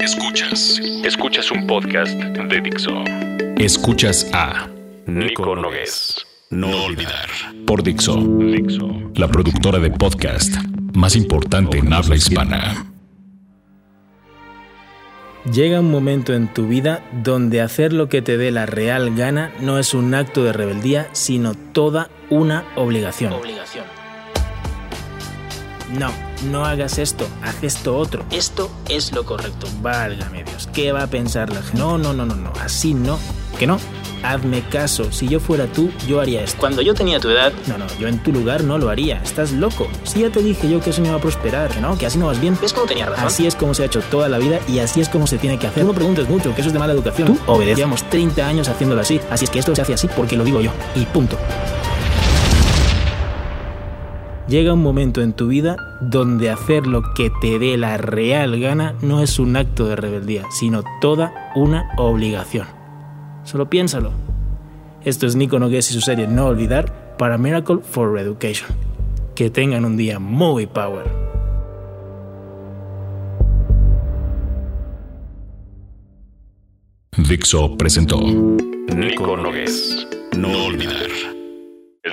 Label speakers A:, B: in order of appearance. A: Escuchas. Escuchas un podcast de Dixo. Escuchas a Nico Nogués. No olvidar. Por Dixo. Dixo. La productora de podcast más importante en habla hispana.
B: Llega un momento en tu vida donde hacer lo que te dé la real gana no es un acto de rebeldía, sino toda una obligación.
C: Obligación.
B: No, no hagas esto, haz esto otro. Esto es lo correcto. Válgame Dios, ¿qué va a pensar la gente? No, no, no, no, no, así no. Que no. Hazme caso, si yo fuera tú, yo haría esto.
C: Cuando yo tenía tu edad,
B: No, no, yo en tu lugar no lo haría, estás loco. Si ya te dije yo que eso no iba a prosperar, que no, que así no vas bien.
C: ¿ves cómo tenía razón?
B: Así es como se ha hecho toda la vida y así es como se tiene que hacer. Tú no preguntes mucho, que eso es de mala educación. Tú obedeces. Llevamos 30 años haciéndolo así, así es que esto se hace así porque lo digo yo. Y punto. Llega un momento en tu vida donde hacer lo que te dé la real gana no es un acto de rebeldía, sino toda una obligación. Solo piénsalo. Esto es Nico Nogués y su serie No Olvidar para Miracle for Reeducation. Que tengan un día muy power.
A: Dixo presentó Nico Nogués. No olvidar. El